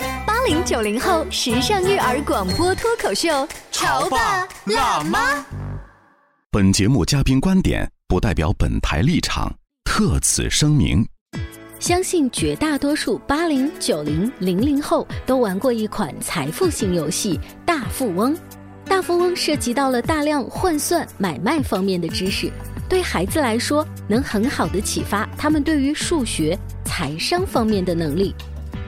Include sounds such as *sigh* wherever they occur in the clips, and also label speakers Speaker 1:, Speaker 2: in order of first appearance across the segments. Speaker 1: 八零九零后时尚育儿广播脱口秀，潮爸辣妈。
Speaker 2: 本节目嘉宾观点不代表本台立场，特此声明。
Speaker 3: 相信绝大多数八零、九零、零零后都玩过一款财富型游戏《大富翁》。大富翁涉及到了大量换算、买卖方面的知识，对孩子来说能很好的启发他们对于数学、财商方面的能力。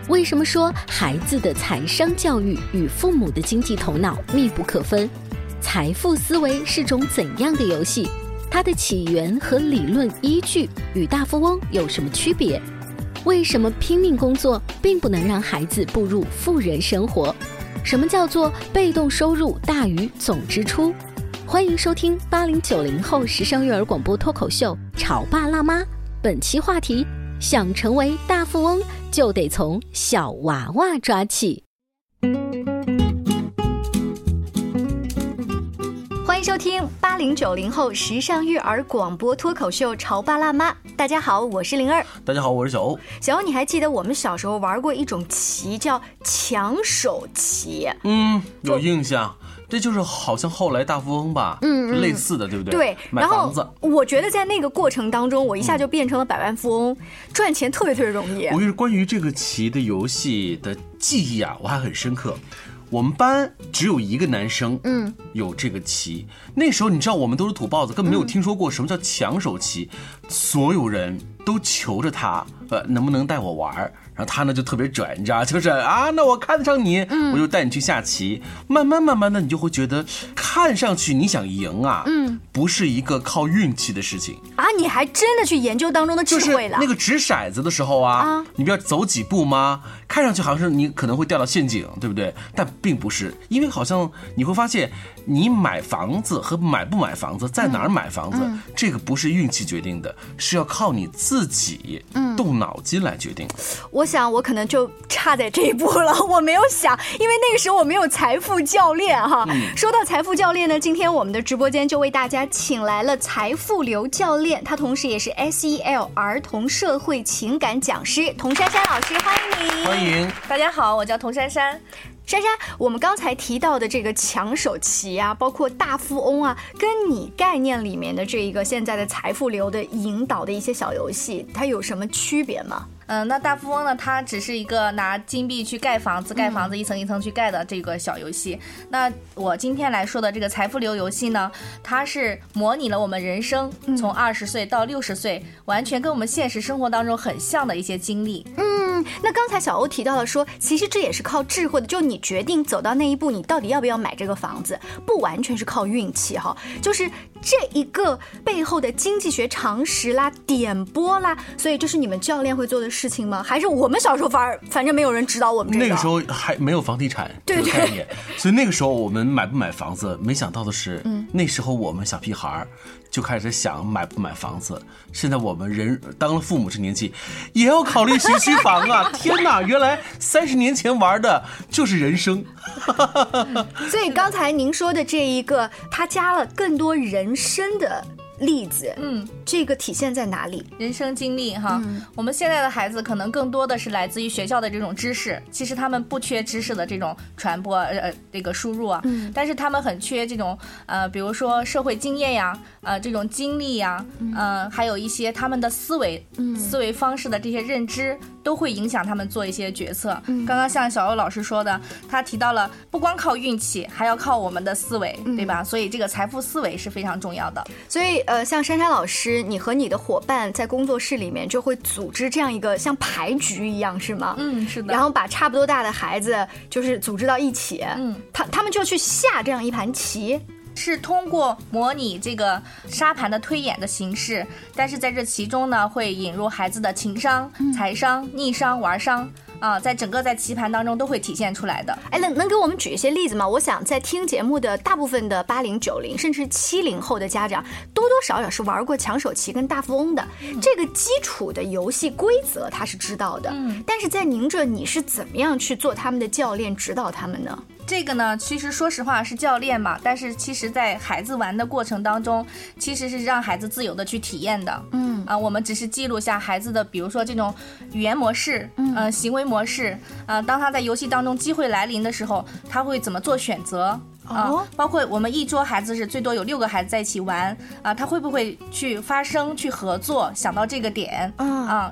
Speaker 3: 为什么说孩子的财商教育与父母的经济头脑密不可分？财富思维是种怎样的游戏？它的起源和理论依据与大富翁有什么区别？为什么拼命工作并不能让孩子步入富人生活？什么叫做被动收入大于总支出？欢迎收听八零九零后时尚育儿广播脱口秀《潮爸辣妈》。本期话题：想成为大富翁，就得从小娃娃抓起。
Speaker 1: 欢迎收听八零九零后时尚育儿广播脱口秀《潮爸辣妈》。大家好，我是灵儿。
Speaker 4: 大家好，我是小欧。
Speaker 1: 小欧，你还记得我们小时候玩过一种棋叫抢手棋？
Speaker 4: 嗯，有印象，这就是好像后来大富翁吧，
Speaker 1: 嗯嗯
Speaker 4: 类似的，对不对？
Speaker 1: 对，
Speaker 4: 买
Speaker 1: 然
Speaker 4: 房
Speaker 1: 后
Speaker 4: 子。嗯
Speaker 1: 我觉得在那个过程当中，我一下就变成了百万富翁，赚钱特别特别容易
Speaker 4: 我。跟你说，关于这个棋的游戏的记忆啊，我还很深刻。我们班只有一个男生，
Speaker 1: 嗯，
Speaker 4: 有这个棋。那时候你知道，我们都是土包子，根本没有听说过什么叫抢手棋。所有人都求着他，呃，能不能带我玩儿？然后他呢就特别拽，你知道，就是啊，那我看得上你，我就带你去下棋。慢慢慢慢的，你就会觉得，看上去你想赢啊，嗯，不是一个靠运气的事情。
Speaker 1: 啊，你还真的去研究当中的智
Speaker 4: 就是
Speaker 1: 慧了？
Speaker 4: 那个掷骰子的时候啊，
Speaker 1: 啊
Speaker 4: 你不要走几步吗？看上去好像是你可能会掉到陷阱，对不对？但并不是，因为好像你会发现，你买房子和买不买房子，在哪儿买房子，
Speaker 1: 嗯
Speaker 4: 这个不是运气决定的，是要靠你自己
Speaker 1: 嗯
Speaker 4: 动脑筋来决定的。
Speaker 1: 我想我可能就差在这一步了， *laughs* 我没有想，因为那个时候我没有财富教练哈。说到财富教练呢，今天我们的直播间就为大家请来了财富流教练，他同时也是 SEL 儿童社会情感讲师童珊珊老师，欢迎你。
Speaker 4: 欢。迎，
Speaker 5: 大家好，我叫童珊珊。
Speaker 1: 珊珊，我们刚才提到的这个抢手棋啊，包括大富翁啊，跟你概念里面的这一个现在的财富流的引导的一些小游戏，它有什么区别吗？
Speaker 5: 嗯、那大富翁呢？它只是一个拿金币去盖房子，盖房子一层一层去盖的这个小游戏。那我今天来说的这个财富流游戏呢，它是模拟了我们人生从二十岁到六十岁，完全跟我们现实生活当中很像的一些经历。
Speaker 1: 那刚才小欧提到了说，其实这也是靠智慧的，就你决定走到那一步，你到底要不要买这个房子，不完全是靠运气哈，就是这一个背后的经济学常识啦、点拨啦，所以这是你们教练会做的事情吗？还是我们小时候反而反正没有人指导我们这个？
Speaker 4: 那个时候还没有房地产
Speaker 1: 对
Speaker 4: 这个
Speaker 1: 对
Speaker 4: 概念，所以那个时候我们买不买房子，没想到的是，那时候我们小屁孩儿就开始想买不买房子。现在我们人当了父母这年纪，也要考虑学区房啊！ *laughs* 天哪，原来三十年前玩的就是人生。
Speaker 1: 所以刚才您说的这一个，它加了更多人生的例子，
Speaker 5: 嗯，
Speaker 1: 这个体现在哪里？
Speaker 5: 人生经历哈，我们现在的孩子可能更多的是来自于学校的这种知识，其实他们不缺知识的这种传播，呃呃，这个输入啊，但是他们很缺这种呃，比如说社会经验呀，呃，这种经历呀，呃，还有一些他们的思维、思维方式的这些认知，都会影响他们做一些决策。刚刚像小欧老师说的，他提到了不光靠运气，还要靠我们的思维，对吧？所以这个财富思维是非常重要的。
Speaker 1: 所以呃，像珊珊老师，你和你的伙伴在工作室里面就会组织这样一个像牌局一样，是吗？
Speaker 5: 嗯，是的。
Speaker 1: 然后把差不多大的孩子就是组织到一起，
Speaker 5: 嗯，
Speaker 1: 他他们就去下这样一盘棋，
Speaker 5: 是通过模拟这个沙盘的推演的形式，但是在这其中呢，会引入孩子的情商、财商、逆商、玩商啊，在整个在棋盘当中都会体现出来的。
Speaker 1: 哎，能能给我们举一些例子吗？我想在听节目的大部分的八零、九零，甚至七零后的家长，多多少少是玩过抢手棋跟大富翁的，
Speaker 5: 嗯
Speaker 1: 这个基础的游戏规则
Speaker 5: 嗯
Speaker 1: 他是知道的。但是在您这，你是怎么样去做他们的教练，指导他们呢？
Speaker 5: 这个呢，其实说实话是教练嘛，但是其实，在孩子玩的过程当中，其实是让孩子自由的去体验的。
Speaker 1: 嗯
Speaker 5: 啊，我们只是记录下孩子的，比如说这种语言模式，
Speaker 1: 嗯
Speaker 5: 呃，行为模式，啊、当他在游戏当中机会来临的时候，他会怎么做选择？啊、
Speaker 1: 哦
Speaker 5: 包括我们一桌孩子是最多有六个孩子在一起玩啊、他会不会去发声、去合作？想到这个点啊、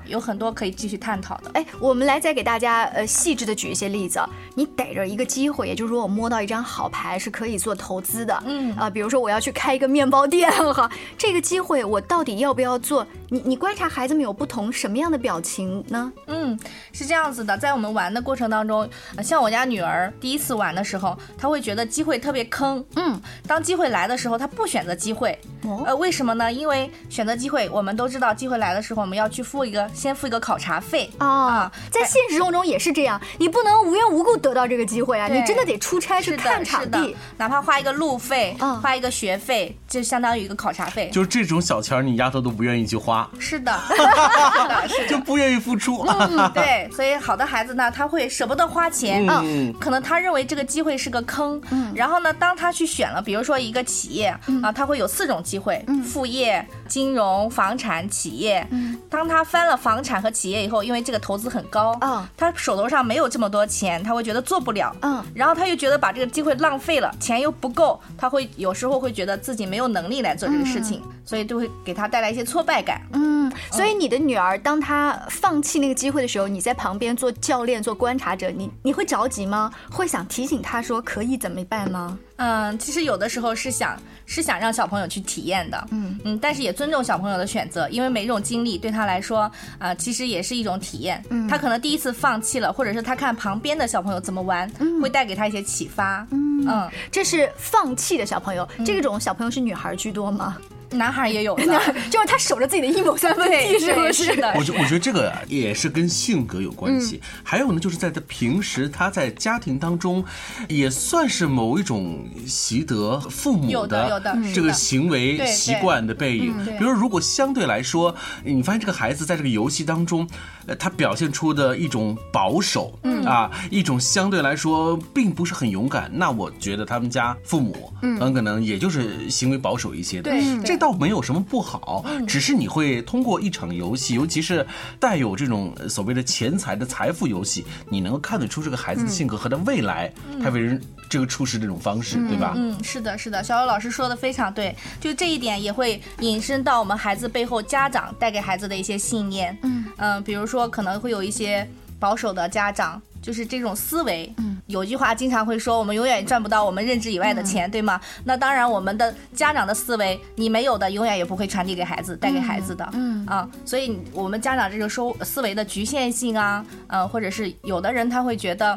Speaker 1: 嗯
Speaker 5: 有很多可以继续探讨的。
Speaker 1: 哎，我们来再给大家呃细致的举一些例子啊。你逮着一个机会，也就是说我摸到一张好牌是可以做投资的，
Speaker 5: 嗯
Speaker 1: 啊、比如说我要去开一个面包店哈，这个机会我到底要不要做？你你观察孩子们有不同什么样的表情呢？
Speaker 5: 嗯，是这样子的，在我们玩的过程当中，呃像我家女儿第一次玩的时候，她会觉得机会特别坑。
Speaker 1: 嗯，
Speaker 5: 当机会来的时候，她不选择机会。
Speaker 1: 哦
Speaker 5: 呃，为什么呢？因为选择机会，我们都知道，机会来的时候，我们要去付一个，先付一个考察费。
Speaker 1: 啊
Speaker 5: 啊，
Speaker 1: 在现实生活中也是这样，你不能无缘无故得到这个机会啊，
Speaker 5: 对
Speaker 1: 你真的得出差去
Speaker 5: 是
Speaker 1: 看
Speaker 5: 的，
Speaker 1: 场
Speaker 5: 是的
Speaker 1: 地。，
Speaker 5: 哪怕花一个路费，
Speaker 1: 嗯
Speaker 5: 花一个学费，就相当于一个考察费。
Speaker 4: 就是这种小钱儿，你丫头都不愿意去花，
Speaker 1: *laughs*
Speaker 5: 是的，是的，是
Speaker 4: 就
Speaker 5: 的。
Speaker 4: 不愿意付出。啊
Speaker 5: 嗯，对，所以好的孩子呢，他会舍不得花钱，啊
Speaker 4: 嗯，
Speaker 5: 可能他认为这个机会是个坑，
Speaker 1: 嗯
Speaker 5: 然后呢，当他去选了，比如说一个企业、啊，他会有四种机会：
Speaker 1: 嗯
Speaker 5: 副业、金融、房产、企业。当他翻了房产和企业以后，因为这个投资很高，
Speaker 1: 嗯
Speaker 5: 他手头上没有这么多钱，他会觉得做不了，
Speaker 1: 嗯
Speaker 5: 然后他又觉得把这个机会浪费了，钱又不够，他会有时候会觉得自己没有能力来做这个事情，所以就会给他带来一些挫败感。
Speaker 1: 嗯，所以你的女儿当她放弃那个机会的时候，你在旁边做教练、做观察者，你你会着急吗？会想提醒她说可以怎么办吗？
Speaker 5: 嗯，其实有的时候是想是想让小朋友去体验的，
Speaker 1: 嗯
Speaker 5: 但是也尊重小朋友的选择，因为每种经历对他来说，啊、其实也是一种体验。
Speaker 1: 嗯
Speaker 5: 他可能第一次放弃了，或者是他看旁边的小朋友怎么玩，
Speaker 1: 嗯
Speaker 5: 会带给他一些启发。嗯
Speaker 1: 这是放弃的小朋友，这种小朋友是女孩居多 *laughs* 吗？
Speaker 5: 男孩也
Speaker 1: *laughs*
Speaker 5: 有的，
Speaker 1: 就是她守着自己的一亩三分地，
Speaker 5: 对，
Speaker 1: *laughs* 是不
Speaker 5: 对
Speaker 1: 是？
Speaker 5: 的嗯
Speaker 4: 我，觉我觉得这个也是跟性格有关系，还有呢，就是在他平时他在家庭当中，也算是某一种习得父母
Speaker 5: 有的有的
Speaker 4: 这个
Speaker 5: 是的
Speaker 4: 行为
Speaker 5: 对嗯
Speaker 4: 习惯的背影。
Speaker 5: 对
Speaker 4: 比如如果相对来说，你发现这个孩子在这个游戏当中，呃，他表现出的一种保守，嗯啊，一种相对来说并不是很勇敢，那我觉得他们家父母
Speaker 5: 嗯
Speaker 4: 很可能也就是行为保守一些的。
Speaker 5: 对嗯对嗯
Speaker 4: 这倒没有什么不好，只是你会通过一场游戏，尤其是带有这种呃所谓的钱财的财富游戏，你能够看得出这个孩子的性格和他未来他为人这个处事这种方式，对吧？
Speaker 5: 嗯，是的，是的，小友老师说的非常对，就这一点也会引申到我们孩子背后家长带给孩子的一些信念。呃
Speaker 1: 嗯
Speaker 5: 比如说可能会有一些保守的家长。就是这种思维，嗯，有句话经常会说，我们永远赚不到我们认知以
Speaker 1: 嗯
Speaker 5: 外的钱，对吗？那当然，我们的家长的思维，你没有的，永远也不会传递给孩子，带给孩子的，
Speaker 1: 嗯
Speaker 5: 啊，所以你我们家长这个收思维的局限性啊，呃，或者是有的人他会觉得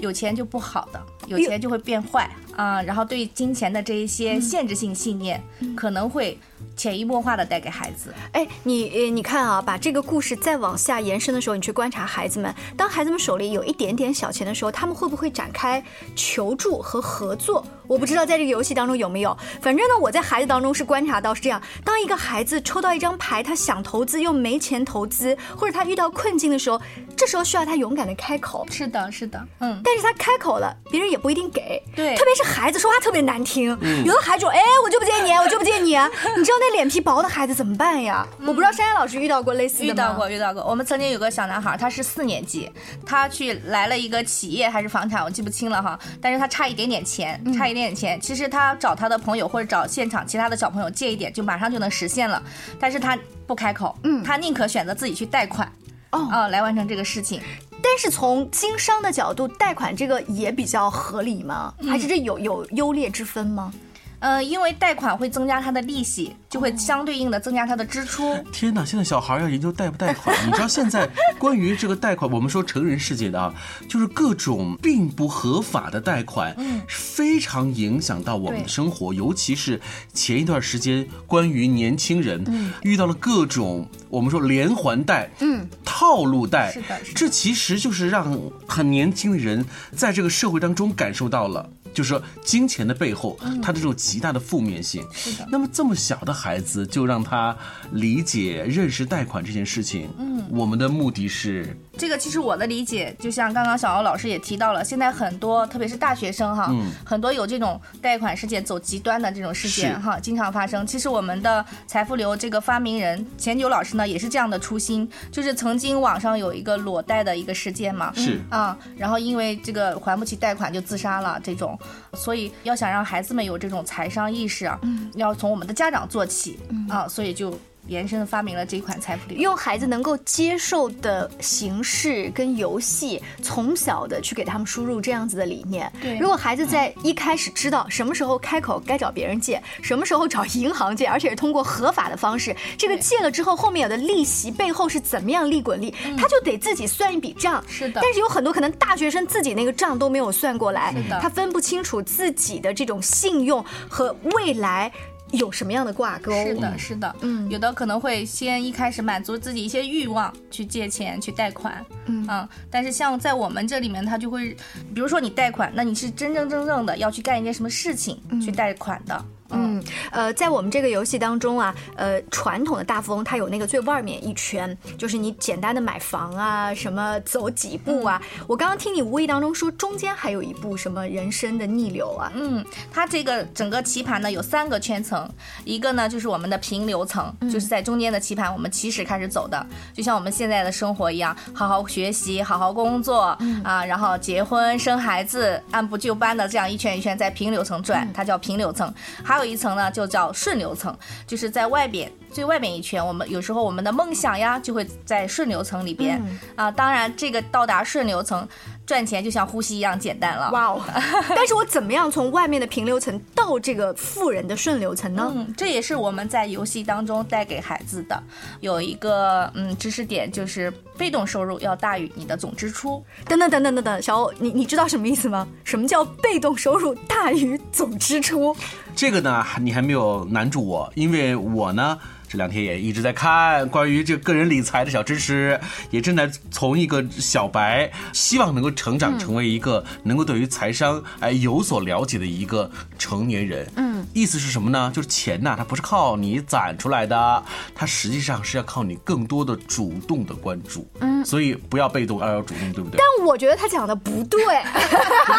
Speaker 5: 有钱就不好的，有钱就会变坏啊、然后对金钱的这一些限制性信念，可能会潜移默化的带给孩子。
Speaker 1: 哎，你呃你看啊，把这个故事再往下延伸的时候，你去观察孩子们，当孩子们手里有一点点小钱的时候，他们会不会展开求助和合作？我不知道在这个游戏当中有没有，反正呢，我在孩子当中是观察到是这样：当一个孩子抽到一张牌，他想投资又没钱投资，或者他遇到困境的时候，这时候需要他勇敢的开口。
Speaker 5: 是的，是的，嗯，
Speaker 1: 但是他开口了，别人也不一定给。
Speaker 5: 对
Speaker 1: 特别是孩子说话特别难听，有的孩子说：“哎，我就不借你，我就不借你。”啊你知道那脸皮薄的孩子怎么办呀？我不知道珊珊老师遇到过类似的吗？
Speaker 5: 嗯遇到过，遇到过。我们曾经有个小男孩，他是四年级，他去来了一个企业还是房产，我记不清了哈。但是他差一点点钱，嗯差一点点钱。其实他找他的朋友或者找现场其他的小朋友借一点，就马上就能实现了。但是他不开口，嗯，他宁可选择自己去贷款。
Speaker 1: 哦
Speaker 5: 啊来完成这个事情。
Speaker 1: 但是从经商的角度，贷款这个也比较合理吗？
Speaker 5: 嗯
Speaker 1: 还是这有有优劣之分吗？
Speaker 5: 呃，因为贷款会增加他的利息，就会相对应的增加他的支出。
Speaker 4: 天哪！现在小孩要研究贷不贷款，你知道现在关于这个贷款，我们说成人世界的啊，就是各种并不合法的贷款，非常影响到我们的
Speaker 5: 嗯对
Speaker 4: 生活，尤其是前一段时间，关于年轻人
Speaker 5: 嗯
Speaker 4: 遇到了各种我们说连环贷，嗯，套路贷，
Speaker 5: 是的是的
Speaker 4: 这其实就是让很年轻的人在这个社会当中感受到了。就是说，金钱的背后，
Speaker 5: 嗯
Speaker 4: 它的这种极大的负面性。
Speaker 5: 是的
Speaker 4: 那么这么小的孩子，就让他理解、认识贷款这件事情，嗯，我们的目的是
Speaker 5: 这个其实我的理解，就像刚刚小欧老师也提到了，现在很多特别是大学生哈，很多有这种贷款事件走极端的这种事件
Speaker 4: 是
Speaker 5: 哈，经常发生。其实我们的财富流这个发明人钱九老师呢，也是这样的初心，就是曾经网上有一个裸贷的一个事件嘛，
Speaker 4: 是
Speaker 5: 啊、然后因为这个还不起贷款就自杀了这种，所以要想让孩子们有这种财商意识啊，
Speaker 1: 嗯
Speaker 5: 要从我们的家长做起啊，所以就延伸发明了这款财富流。
Speaker 1: 用孩子能够接受的形式跟游戏，从小的去给他们输入这样子的理念。
Speaker 5: 对嗯
Speaker 1: 如果孩子在一开始知道什么时候开口该找别人借，什么时候找银行借，而且是通过合法的方式，这个
Speaker 5: 对
Speaker 1: 借了之后，后面有的利息背后是怎么样利滚利，他就得自己算一笔账。
Speaker 5: 嗯是的
Speaker 1: 但是有很多可能大学生自己那个账都没有算过来
Speaker 5: 是，的
Speaker 1: 他分不清楚自己的这种信用和未来有什么样的挂钩。
Speaker 5: 是的，是的，
Speaker 1: 嗯
Speaker 5: 有的可能会先一开始满足自己一些欲望，去借钱、去贷款，啊
Speaker 1: 嗯
Speaker 5: 但是像在我们这里面，他就会，比如说你贷款，那你是真真正正的要去干一件什么事情、去贷款的，
Speaker 1: 嗯，呃，在我们这个游戏当中啊，呃，传统的大富翁它有那个最外面一圈，就是你简单的买房啊，什么走几步啊。我刚刚听你无意当中说，中间还有一步什么人生的逆流啊，
Speaker 5: 嗯，它这个整个棋盘呢有三个圈层，一个呢就是我们的平流层，就是在中间的棋盘，我们起始开始走的，就像我们现在的生活一样，好好学习，好好工作、啊，然后结婚生孩子，按部就班的这样一圈一圈在平流层转，它叫平流层。还有一层呢就叫顺流层，就是在外边。最外边一圈，我们有时候我们的梦想呀，就会在顺流层里边、啊。当然，这个到达顺流层，赚钱就像呼吸一样简单了。
Speaker 1: 哇哦！ *laughs* 但是我怎么样从外面的平流层到这个富人的顺流层呢？
Speaker 5: 嗯，这也是我们在游戏当中带给孩子的有一个嗯知识点，就是被动收入要大于你的总支出。
Speaker 1: 等等等等等等，小欧，你你知道什么意思吗？什么叫被动收入大于总支出？
Speaker 4: 这个呢，你还没有难住我，因为我呢这两天也一直在看关于这个个人理财的小知识，也正在从一个小白，希望能够成长成为一个能够对于财商哎有所了解的一个成年人。嗯，意思是什么呢？就是钱呐、它不是靠你攒出来的，它实际上是要靠你更多的主动的关注。嗯，所以不要被动，而要主动，对不对？
Speaker 1: 但我觉得他讲的不对。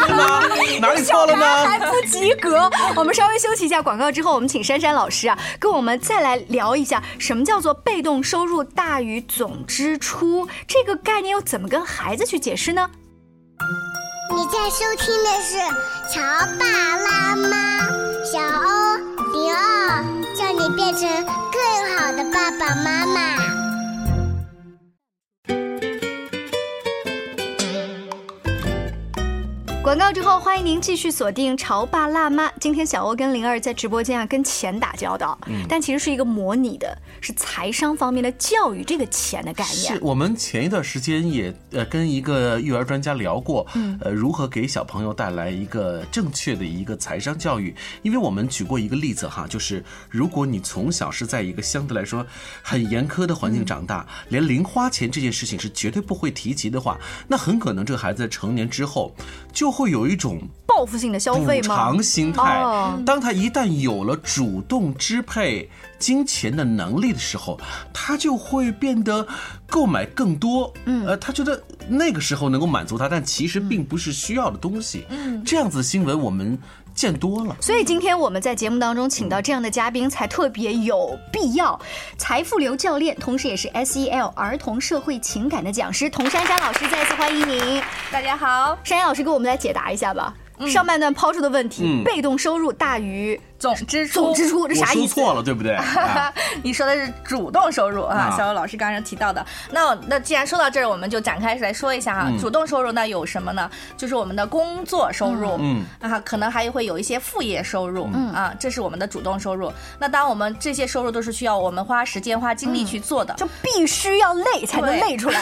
Speaker 4: 对吗？哪里错了
Speaker 1: 小孩
Speaker 4: 呢？
Speaker 1: 还不及格。我们稍微休息一下广告之后，我们请珊珊老师啊，跟我们再来聊一下什么叫做被动收入大于总支出这个概念，又怎么跟孩子去解释呢？
Speaker 6: 你在收听的是《潮爸辣妈》，小欧零二，叫你变成更好的爸爸妈妈。
Speaker 1: 广告之后，欢迎您继续锁定《潮爸辣妈》。今天小欧跟灵儿在直播间啊，跟钱打交道，
Speaker 4: 嗯
Speaker 1: 但其实是一个模拟的，是财商方面的教育这个钱的概
Speaker 4: 是
Speaker 1: 念。
Speaker 4: 我们前一段时间也呃跟一个育儿专家聊过，
Speaker 1: 嗯
Speaker 4: 呃，如何给小朋友带来一个正确的一个财商教育。因为我们举过一个例子哈，就是如果你从小是在一个相对来说很严苛的环
Speaker 1: 嗯
Speaker 4: 境长大，连零花钱这件事情是绝对不会提及的话，那很可能这个孩子在成年之后就会有一种
Speaker 1: 报复性的消费
Speaker 4: 补
Speaker 1: 吗？
Speaker 4: 偿心态
Speaker 1: 哦。
Speaker 4: 当他一旦有了主动支配金钱的能力的时候，他就会变得购买更多。嗯，呃，他觉得那个时候能够满足他，但其实并不是需要的东西。嗯，这样子的新闻我们见多了。
Speaker 1: 所以今天我们在节目当中请到这样的嘉宾，才特别有必要。财富流教练，同时也是 SEL 儿童社会情感的讲师童珊珊老师，再一次欢迎您。
Speaker 5: 大家好，
Speaker 1: 珊珊老师给我们来解答一下吧。上半段抛出的问题，
Speaker 4: 嗯
Speaker 1: 被动收入大于
Speaker 5: 总支出，
Speaker 1: 总支出，这
Speaker 4: 我
Speaker 1: 啥
Speaker 4: 说
Speaker 1: 意思？
Speaker 4: 错了，对不对？啊
Speaker 5: *laughs* 你说的是主动收入啊，
Speaker 4: 啊
Speaker 5: 小欧老师刚才提到的。那我那既然说到这儿，我们就展开来说一下哈、
Speaker 4: 嗯
Speaker 5: 主动收入那有什么呢？就是我们的工作收入，
Speaker 4: 嗯
Speaker 5: 啊，可能还会有一些副业收入，啊，这是我们的主动收入。那当我们这些收入都是需要我们花时间、花精力去做的，
Speaker 1: 就必须要累才能
Speaker 5: 对
Speaker 1: 累出来。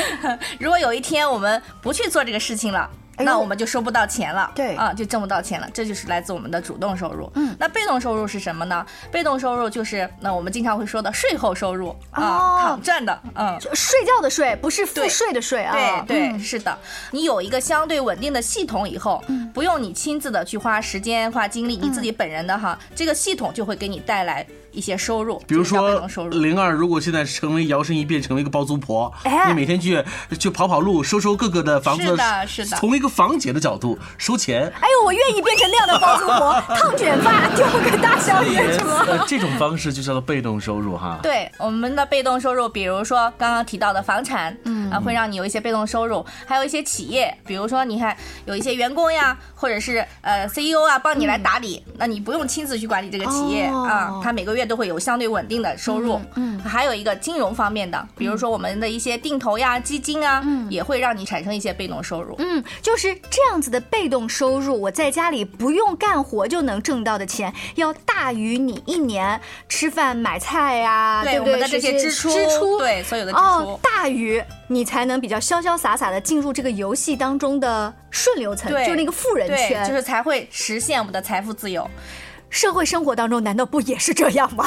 Speaker 1: *laughs*
Speaker 5: *laughs* 如果有一天我们不去做这个事情了。
Speaker 1: 哎呦
Speaker 5: 那我们就收不到钱了，
Speaker 1: 对
Speaker 5: 啊，就挣不到钱了，这就是来自我们的主动收入。入。嗯，那被动收入是什么呢？被动收入就是那我们经常会说的税后收入
Speaker 1: 哦
Speaker 5: 啊，躺赚的，嗯。
Speaker 1: 就睡觉的睡，不是付
Speaker 5: 对
Speaker 1: 税的税啊
Speaker 5: 对。对，是的，你有一个相对稳定的系统以后，
Speaker 1: 嗯
Speaker 5: 不用你亲自的去花时间、花精力，你自己本人的哈，这个系统就会给你带来一些收入，
Speaker 4: 比如
Speaker 5: 这个叫被
Speaker 4: 说
Speaker 5: 动收入。
Speaker 4: 灵儿，如果现在成为摇身一变成为一个包租婆，
Speaker 1: 哎
Speaker 4: 你每天去去跑跑路，收收各个的房子
Speaker 5: 是的是的
Speaker 4: 从一个房姐的角度收钱，
Speaker 1: 哎呦，我愿意变成那样的包租婆，烫卷发，叼个大香烟什么。
Speaker 4: 呃这种方式就叫做被动收入哈。
Speaker 5: 对我们的被动收入，比如说刚刚提到的房产，嗯啊，会让你有一些被动收入，还有一些企业，比如说你看有一些员工呀，或者是呃 CEO 啊，帮你来打理，那你不用亲自去管理这个企业、
Speaker 1: 嗯哦
Speaker 5: 啊，他每个月都会有相对稳定的收入。嗯，还有一个金融方面的，比如说我们的一些定投呀、基金啊，也会让你产生一些被动收入。
Speaker 1: 嗯，就是这样子的被动收入，我在家里不用干活就能挣到的钱，要大于你一年吃饭买菜呀、啊对不
Speaker 5: 我
Speaker 1: 对？
Speaker 5: 们的这些支出，
Speaker 1: 支出
Speaker 5: 对所有的支出，
Speaker 1: 哦，大于你才能比较潇潇洒洒的进入这个游戏当中的顺流层，
Speaker 5: 对
Speaker 1: 就那个富人
Speaker 5: 对，
Speaker 1: 圈。
Speaker 5: 就是才会实现我们的财富自由。
Speaker 1: 社会生活当中难道不也是这样吗？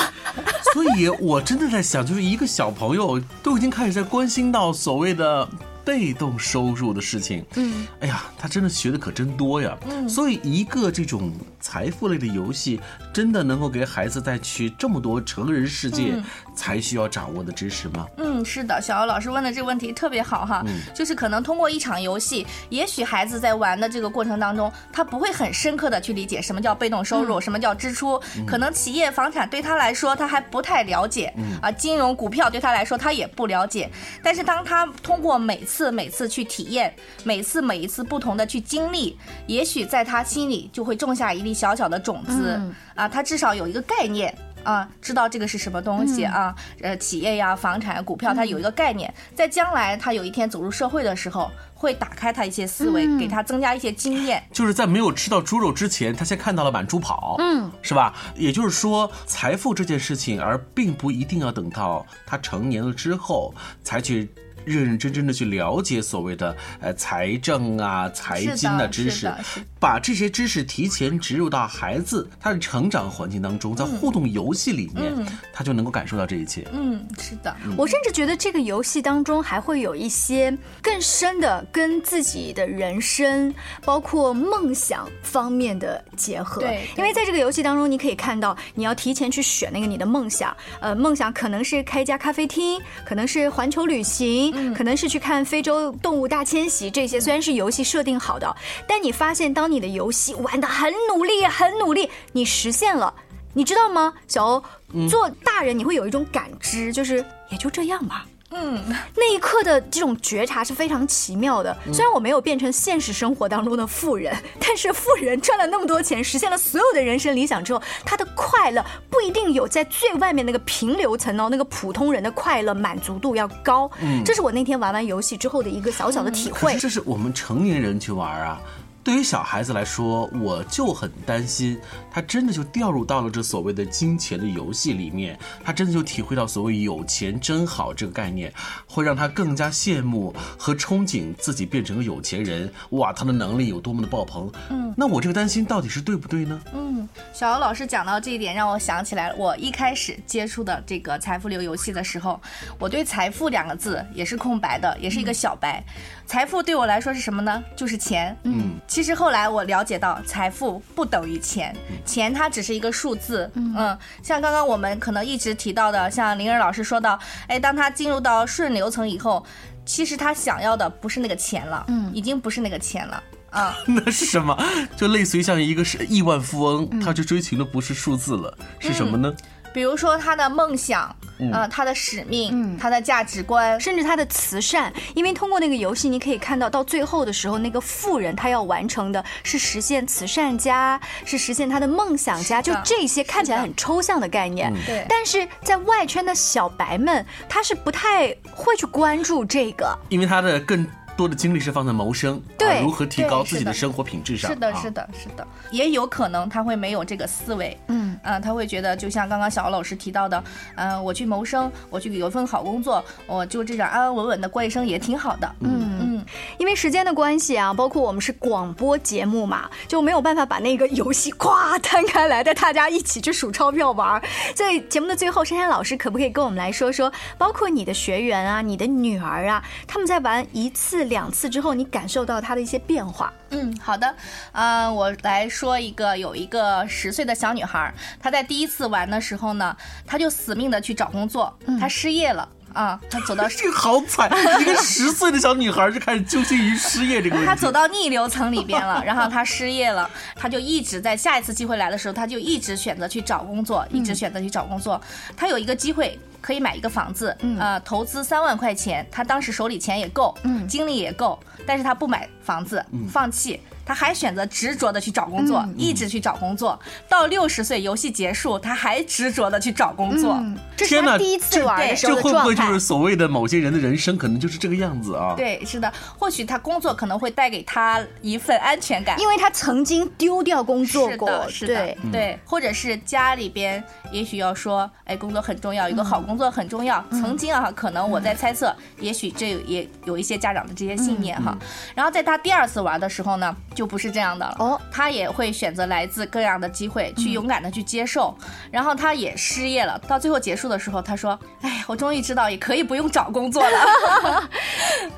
Speaker 4: 所以我真的在想，就是一个小朋友都已经开始在关心到所谓的。被动收入的事情，嗯，哎呀，他真的学的可真多呀，嗯，所以一个这种财富类的游戏，真的能够给孩子带去这么多成人世界才需要掌握的知识吗？
Speaker 5: 嗯，是的，小姚老师问的这个问题特别好哈，就是可能通过一场游戏，也许孩子在玩的这个过程当中，他不会很深刻的去理解什么叫被动收入，什么叫支出，可能企业房产对他来说他还不太了解，啊，金融股票对他来说他也不了解，但是当他通过每次每次去体验，每次每一次不同的去经历，也许在他心里就会种下一粒小小的种子，啊，他至少有一个概念。啊，知道这个是什么东西啊？呃，企业呀、房产、股票，它有一个概念，在将来他有一天走入社会的时候，会打开他一些思维，给他增加一些经验。
Speaker 4: 就是在没有吃到猪肉之前，他先看到了满猪跑，嗯，是吧？也就是说，财富这件事情，而并不一定要等到他成年了之后才去。认认真真的去了解所谓的呃财政啊、财经
Speaker 5: 是的
Speaker 4: 知
Speaker 5: 是
Speaker 4: 识
Speaker 5: 的是的，
Speaker 4: 把这些知识提前植入到孩子他的成长环境当中，在互动游戏里面，他就能够感受到这一切。
Speaker 5: 嗯，是的，
Speaker 1: 我甚至觉得这个游戏当中还会有一些更深的跟自己的人生，包括梦想方面的结合。
Speaker 5: 对
Speaker 1: 因
Speaker 5: 对
Speaker 1: 为在这个游戏当中，你可以看到你要提前去选那个你的梦想，呃，梦想可能是开一家咖啡厅，可能是环球旅行，
Speaker 5: 嗯
Speaker 1: 可能是去看非洲动物大迁徙这些。虽然是游戏设定好的，但你发现当你的游戏玩的很努力、很努力，你实现了。你知道吗，小欧？做大人你会有一种感知，就是也就这样吧。
Speaker 5: 嗯，
Speaker 1: 那一刻的这种觉察是非常奇妙的。虽然我没有变成现实生活当中的富人，但是富人赚了那么多钱，实现了所有的人生理想之后，他的快乐不一定有在最外面那个平流层哦，那个普通人的快乐满足度要高。这是我那天玩完游戏之后的一个小小的体
Speaker 4: 可
Speaker 1: 会
Speaker 4: 是。这是我们成年人去玩啊。对于小孩子来说，我就很担心，他真的就掉入到了这所谓的金钱的游戏里面，他真的就体会到所谓“有钱真好”这个概念，会让他更加羡慕和憧憬自己变成个有钱人。哇，他的能力有多么的爆棚！嗯，那我这个担心到底是对不对呢？ *laughs*
Speaker 5: 小姚老师讲到这一点，让我想起来了我一开始接触的这个财富流游戏的时候，我对“财富”两个字也是空白的，也是一个小白。财富对我来说是什么呢？就是钱。嗯，其实后来我了解到，财富不等于钱，钱它只是一个数字。嗯像刚刚我们可能一直提到的，像林儿老师说到，哎，当他进入到顺流层以后，其实他想要的不是那个钱了，嗯，已经不是那个钱了。啊、
Speaker 4: 那是什么？就类似于像一个是呃亿万富翁，他去追求的不是数字了，是什么呢？
Speaker 5: 比如说他的梦想，呃，他的使命，
Speaker 1: 嗯
Speaker 5: 他的价值观，
Speaker 1: 甚至他的慈善，因为通过那个游戏，你可以看到到最后的时候，那个富人他要完成的是实现慈善家，是实现他的梦想家，
Speaker 5: 是
Speaker 1: 就
Speaker 5: 的嗯
Speaker 1: 这些看起来很抽象的概念。
Speaker 5: 对
Speaker 1: 但是在外圈的小白们，他是不太会去关注这个。
Speaker 4: 因为他的更多的精力是放在谋生，
Speaker 1: 对
Speaker 4: 啊、如何提高
Speaker 5: 对
Speaker 4: 自己的
Speaker 5: 是的
Speaker 4: 生活品质上。
Speaker 5: 是的，
Speaker 4: 啊
Speaker 5: 是的，是的，也有可能他会没有这个思维，嗯，啊，他会觉得就像刚刚小欧老师提到的，嗯，我去谋生，我去有一份好工作，我就这样安安稳稳的过一生也挺好的，嗯嗯，嗯，
Speaker 1: 因为时间的关系啊，包括我们是广播节目嘛，就没有办法把那个游戏咵摊开来，带大家一起去数钞票玩儿。所以节目的最后，珊珊老师可不可以跟我们来说说，包括你的学员啊、你的女儿啊，他们在玩一次、两次之后，你感受到她的一些变化？
Speaker 5: 嗯，好的，嗯、我来说一个，有一个十岁的小女孩儿，她在第一次玩的时候呢，她就死命的去找工作，
Speaker 1: 嗯
Speaker 5: 她失业了啊、她走到
Speaker 4: 这个好惨，一个十岁的小女孩就开始纠结于失业这个问题。
Speaker 5: 她走到逆流层里边了， *laughs* 然后她失业了，她就一直在下一次机会来的时候，她就一直选择去找工作，
Speaker 4: 嗯
Speaker 5: 一直选择去找工作。她有一个机会可以买一个房子，
Speaker 4: 嗯
Speaker 5: 呃，投资三万块钱，她当时手里钱也够，
Speaker 1: 嗯
Speaker 5: 精力也够，但是她不买房子，
Speaker 4: 嗯
Speaker 5: 放弃。她还选择执着的去找工作，一直去找工作，到六十岁游戏结束，她还执着的去找工作。
Speaker 1: 嗯，这是
Speaker 4: 天
Speaker 1: 她
Speaker 4: 哪，
Speaker 1: 第一次玩的时候的
Speaker 4: 这会不
Speaker 1: 状
Speaker 4: 会
Speaker 1: 态
Speaker 4: 就是。所谓的某些人的人生可能就是这个样子啊？
Speaker 5: 对，是的，或许她工作可能会带给她一份安全感，
Speaker 1: 因为她曾经丢掉工作过，
Speaker 5: 是的，是的
Speaker 1: 对，
Speaker 5: 对，或者是家里边也许要说，哎，工作很重要，有个好工作很重
Speaker 1: 嗯
Speaker 5: 要。曾经啊，可能我在猜测，也许这也有一些家长的这些信念哈。
Speaker 1: 嗯
Speaker 5: 然后在他第二次玩的时候呢，就不是这样的了。
Speaker 1: 哦，
Speaker 5: 他也会选择来自各样的机会，去勇敢的去接受。然后他也失业了，到最后结束的时候，他说：“哎，我终于知道也可以不用找工作了。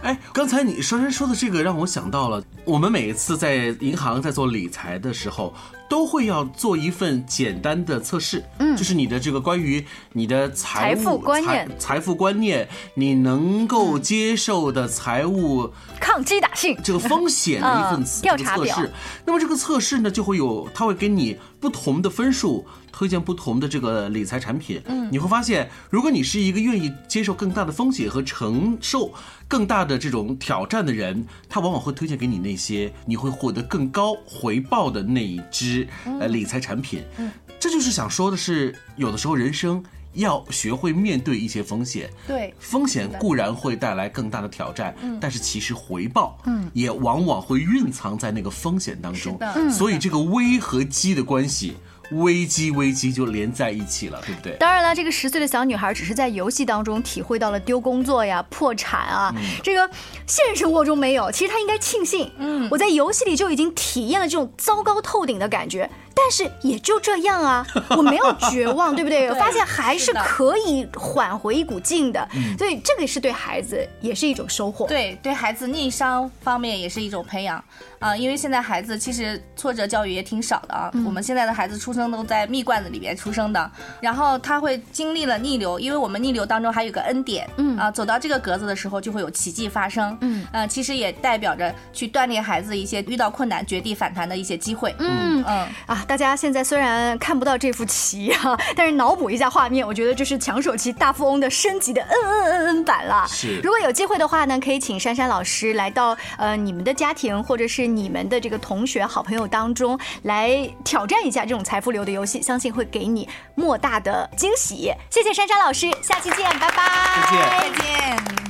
Speaker 4: 哎，刚才你珊珊说的这个让我想到了，我们每一次在银行在做理财的时候，都会要做一份简单的测试，嗯，就是你的这个关于你的财
Speaker 1: 财
Speaker 4: 务
Speaker 1: 富观念
Speaker 4: 财、财富观念，你能
Speaker 5: 嗯
Speaker 4: 够接受的财务
Speaker 1: 抗击打性，
Speaker 4: 这个风险的一份
Speaker 1: 嗯
Speaker 4: 测
Speaker 1: 调查
Speaker 4: 测
Speaker 1: 表
Speaker 4: 试。那么这个测试呢，就会有它会给你不同的分数，推荐不同的这个理财产品。嗯，你会发现，如果你是一个愿意接受更大的风险和承受更大的这种呃挑战的人，他往往会推荐给你那些你会获得更高回报的那一支呃理财产品。嗯，这就是想说的是，有的时候人生。要学会面对一些风险，”
Speaker 5: 对，
Speaker 4: 风险固然会带来更大的挑战，
Speaker 5: 嗯
Speaker 4: 但是其实回报，嗯，也往往会蕴藏在那个风险当中
Speaker 5: 是的。嗯
Speaker 4: 所以这个危和机的关系，危机危机就连在一起了，对不对？
Speaker 1: 当然了，这个十岁的小女孩只是在游戏当中体会到了丢工作呀、破产啊，
Speaker 5: 嗯
Speaker 1: 这个现实生活中没有。其实她应该庆幸，嗯，我在游戏里就已经体验了这种糟糕透顶的感觉，但是也就这样
Speaker 5: *laughs*
Speaker 1: 啊，我没有绝望，对不对？
Speaker 5: 对
Speaker 1: 发现还
Speaker 5: 是
Speaker 1: 是
Speaker 5: 的嗯
Speaker 1: 可以缓回一股劲的，所以这个是对孩子也是一种收获。
Speaker 5: 对对孩子逆商方面也是一种培养啊、因为现在孩子其实挫折教育也挺少的啊。我们现在的孩子出生都在蜜罐子里边出生的，然后他会经历了逆流，因为我们逆流当中还有个恩典，嗯啊，走到这个格子的时候就会有奇迹发生，嗯啊，其实也代表着去锻炼孩子一些遇到困难绝地反弹的一些机会，嗯嗯，
Speaker 1: 啊，大家现在虽然看不到这幅棋啊，但是脑补一下画面，我觉得这是抢手棋大富翁的升级的嗯嗯嗯嗯版啦。
Speaker 4: 是
Speaker 1: 如果有机会的话呢，可以请珊珊老师来到呃你们的家庭或者是你们的这个同学、好朋友当中来挑战一下这种财富流的游戏，相信会给你莫大的惊喜。谢谢珊珊老师，下期见，拜拜。
Speaker 4: 再见。
Speaker 5: 再见。